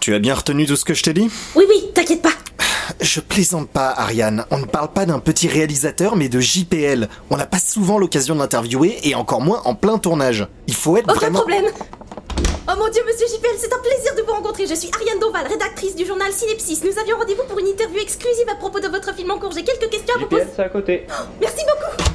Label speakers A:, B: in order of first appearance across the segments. A: Tu as bien retenu tout ce que je t'ai dit
B: Oui, oui, t'inquiète pas.
A: Je plaisante pas, Ariane. On ne parle pas d'un petit réalisateur, mais de JPL. On n'a pas souvent l'occasion de l'interviewer, et encore moins en plein tournage. Il faut être
B: Aucun
A: vraiment...
B: problème. Oh mon dieu, monsieur JPL, c'est un plaisir de vous rencontrer. Je suis Ariane Doval, rédactrice du journal Synepsis. Nous avions rendez-vous pour une interview exclusive à propos de votre film en cours. J'ai quelques questions à vous poser.
C: JPL, Ah, c'est à côté.
B: Merci beaucoup.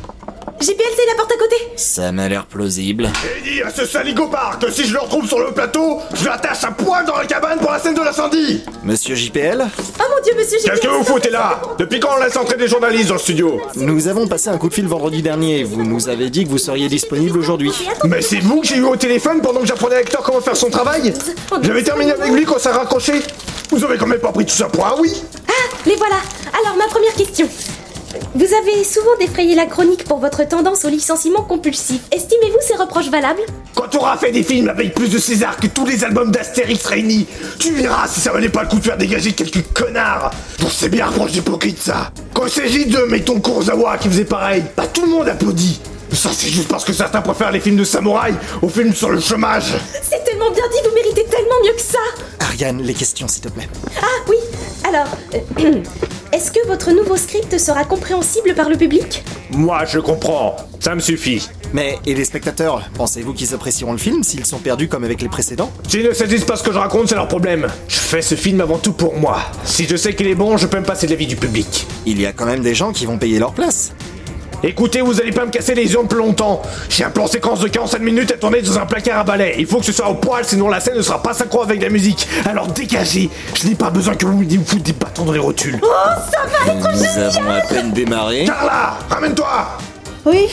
B: JPL, c'est la porte à côté.
D: Ça m'a l'air plausible.
E: Et dis à ce saligopard que si je le retrouve sur le plateau, je l'attache à poil dans la cabane pour la scène de l'incendie
A: Monsieur JPL
B: Oh mon dieu, monsieur JPL.
E: Qu'est-ce que vous
B: c'est un
E: foutez là
B: plaisir de vous
E: Depuis quand on laisse entrer des journalistes dans le studio
A: Nous avons passé un coup de fil vendredi dernier. Vous nous avez dit que vous seriez disponible aujourd'hui.
B: rencontrer. Et attendez,
E: Mais c'est vous que j'ai eu au téléphone pendant que j'apprenais à Hector comment faire son travail J'avais terminé avec lui quand ça raccroché Vous avez quand même pas pris tout ça pour un oui
B: Ah, les voilà. Alors, ma première question. Vous avez souvent défrayé la chronique pour votre tendance au licenciement compulsif. Estimez-vous ces reproches valables
E: Quand t'auras fait des films avec plus de César que tous les albums d'Astérix réunis, tu verras si ça valait pas le coup de faire dégager quelques connards Bon, c'est bien proche d'hypocrite, ça Quand il s'agit de, mettons, Kurosawa qui faisait pareil, pas tout le monde applaudit ça, c'est juste parce que certains préfèrent les films de samouraï aux films sur le chômage.
B: C'est tellement bien dit, vous méritez tellement mieux que ça
A: Ariane, les questions, s'il te plaît.
B: Ah oui Alors, euh, est-ce que votre nouveau script sera compréhensible par le public
C: Moi, je comprends. Ça me suffit.
A: Mais, et les spectateurs Pensez-vous qu'ils apprécieront le film s'ils sont perdus comme avec les précédents
E: S'ils ne saisissent pas ce que je raconte, c'est leur problème. Je fais ce film avant tout pour moi. Si je sais qu'il est bon, je peux me passer de l'avis du public.
A: Il y a quand même des gens qui vont payer leur place.
E: Écoutez, vous allez pas me casser les yeux plus longtemps. J'ai un plan séquence de 45 minutes à tourner dans un placard à balai. Il faut que ce soit au poil, sinon la scène ne sera pas synchro avec la musique. Alors dégagez. Je n'ai pas besoin que vous me foutiez des bâtons dans les rotules.
B: Oh, ça va être
D: Nous avons à peine démarré.
E: Carla, ramène-toi.
F: Oui,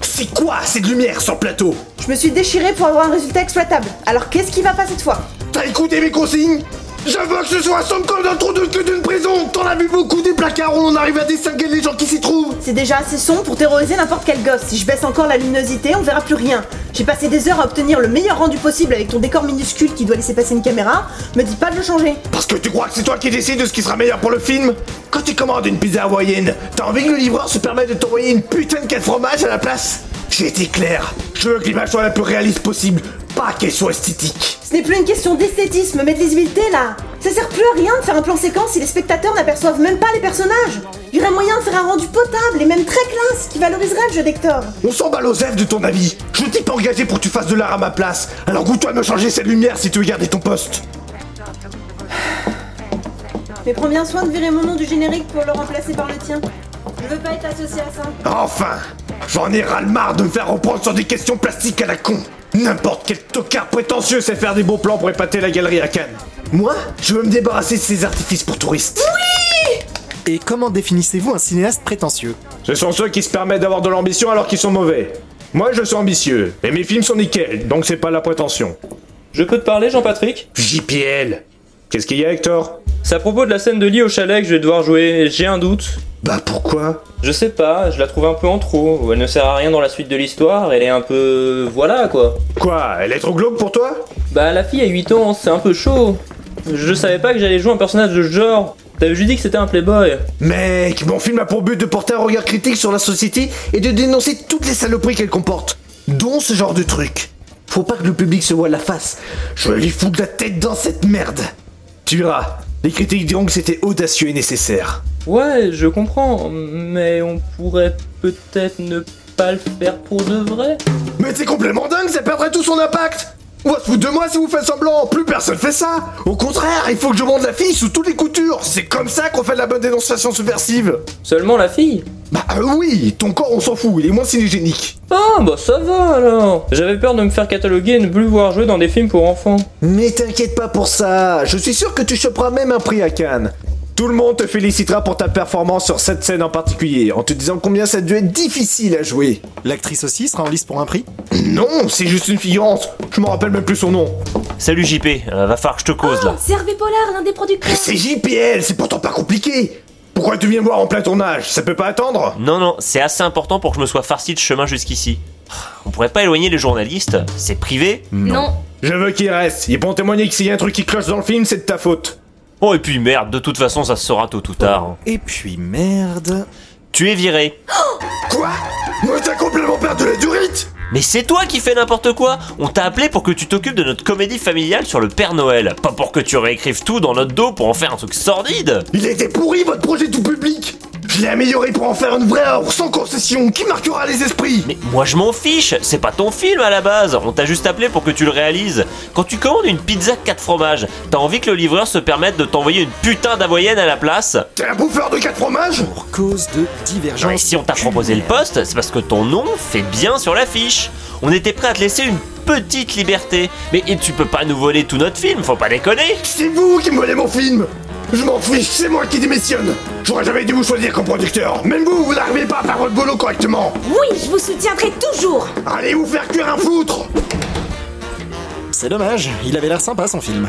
E: C'est quoi cette lumière sur le plateau
F: je me suis déchirée pour avoir un résultat exploitable. Alors qu'est-ce qui va pas cette fois
E: T'as écouté mes consignes je veux que ce soit somme comme d'un trou de queue d'une prison T'en as vu beaucoup des placards où on arrive à distinguer les gens qui s'y trouvent
F: C'est déjà assez sombre pour terroriser n'importe quel gosse. Si je baisse encore la luminosité, on verra plus rien. J'ai passé des heures à obtenir le meilleur rendu possible avec ton décor minuscule qui doit laisser passer une caméra. Me dis pas de le changer.
E: Parce que tu crois que c'est toi qui décides de ce qui sera meilleur pour le film Quand tu commandes une pizza hawaïenne, t'as envie que le livreur se permette de t'envoyer une putain de 4 fromages à la place J'ai été clair, je veux que l'image soit la plus réaliste possible, pas qu'elle soit esthétique.
F: Ce n'est plus une question d'esthétisme, mais de lisibilité là. Ça sert plus à rien de faire un plan séquence si les spectateurs n'aperçoivent même pas les personnages. Il y aurait moyen de faire un rendu potable et même très classe qui valoriserait le jeu d'Hector.
E: On s'en bat aux de ton avis, je t'ai pas engagé pour que tu fasses de l'art à ma place, alors goûte-toi à me changer cette lumière si tu veux garder ton poste.
F: Mais prends bien soin de virer mon nom du générique pour le remplacer par le tien. Je veux pas être associé à ça.
E: Enfin J'en ai ras le marre de me faire reprendre sur des questions plastiques à la con N'importe quel tocard prétentieux sait faire des beaux plans pour épater la galerie à Cannes. Moi, je veux me débarrasser de ces artifices pour touristes.
A: Et comment définissez-vous un cinéaste prétentieux
C: Ce sont ceux qui se permettent d'avoir de l'ambition alors qu'ils sont mauvais. Moi, je suis ambitieux. Et mes films sont nickels, donc c'est pas la prétention.
G: Je peux te parler, Jean-Patrick
E: JPL
C: Qu'est-ce qu'il y a, Hector
G: C'est à propos de la scène de lit au chalet que je vais devoir jouer. J'ai un doute.
E: Bah pourquoi
G: Je sais pas, je la trouve un peu en trop. Elle ne sert à rien dans la suite de l'histoire, elle est un peu. voilà quoi.
C: Quoi Elle est trop glauque pour toi
G: Bah, la fille a 8 ans, c'est un peu chaud. Je savais pas que j'allais jouer un personnage de ce genre. T'avais juste dit que c'était un playboy.
E: Mec, mon film a pour but de porter un regard critique sur la société et de dénoncer toutes les saloperies qu'elle comporte, dont ce genre de truc. Faut pas que le public se voie la face. Je lui fous de la tête dans cette merde. Tu verras, les critiques diront que c'était audacieux et nécessaire.
G: Ouais, je comprends, mais on pourrait peut-être ne pas le faire pour de vrai.
E: Mais c'est complètement dingue, ça perdrait tout son impact On va se foutre de moi si vous faites semblant Plus personne fait ça Au contraire, il faut que je monte la fille sous toutes les coutures C'est comme ça qu'on fait de la bonne dénonciation subversive
G: Seulement la fille
E: Bah euh, oui, ton corps on s'en fout, il est moins cinégénique.
G: Ah, bah ça va alors J'avais peur de me faire cataloguer et ne plus voir jouer dans des films pour enfants.
E: Mais t'inquiète pas pour ça, je suis sûr que tu choperas même un prix à Cannes. Tout le monde te félicitera pour ta performance sur cette scène en particulier, en te disant combien ça a dû être difficile à jouer.
A: L'actrice aussi sera en lice pour un prix
E: Non, c'est juste une figurante, je m'en rappelle même plus son nom.
H: Salut JP, euh, va falloir que je te cause là.
B: C'est Hervé Pollard, l'un des producteurs.
E: C'est JPL, c'est pourtant pas compliqué Pourquoi tu viens me voir en plein tournage Ça peut pas attendre
H: Non, non, c'est assez important pour que je me sois farci de chemin jusqu'ici. On pourrait pas éloigner les journalistes, c'est privé.
B: Non.
E: Je veux qu'il reste, ils vont témoigner que s'il y a un truc qui cloche dans le film, c'est de ta faute.
H: Oh, et puis merde, de toute façon, ça se saura tôt ou tard. hein.
A: Et puis merde...
H: Tu es viré.
E: Quoi Mais t'as complètement perdu la durite
H: Mais c'est toi qui fais n'importe quoi On t'a appelé pour que tu t'occupes de notre comédie familiale sur le Père Noël, pas pour que tu réécrives tout dans notre dos pour en faire un truc sordide
E: Il était pourri votre projet tout public Je l'ai amélioré pour en faire une vraie œuvre sans concession qui marquera les esprits
H: Mais moi je m'en fiche, c'est pas ton film à la base, on t'a juste appelé pour que tu le réalises. Quand tu commandes une pizza 4 fromages, t'as envie que le livreur se permette de t'envoyer une putain d'avoyenne à la place
E: T'es un bouffeur de quatre fromages
A: Pour cause de
H: Non, et
A: divergence.
H: si on t'a proposé le poste, c'est parce que ton nom fait bien sur l'affiche. On était prêt à te laisser une petite liberté. Mais et tu peux pas nous voler tout notre film, faut pas déconner
E: C'est vous qui me volez mon film Je m'en fiche, c'est moi qui démissionne J'aurais jamais dû vous choisir comme producteur Même vous, vous n'arrivez pas à faire votre boulot correctement
B: Oui, je vous soutiendrai toujours
E: Allez vous faire cuire un foutre
A: C'est dommage, il avait l'air sympa son film.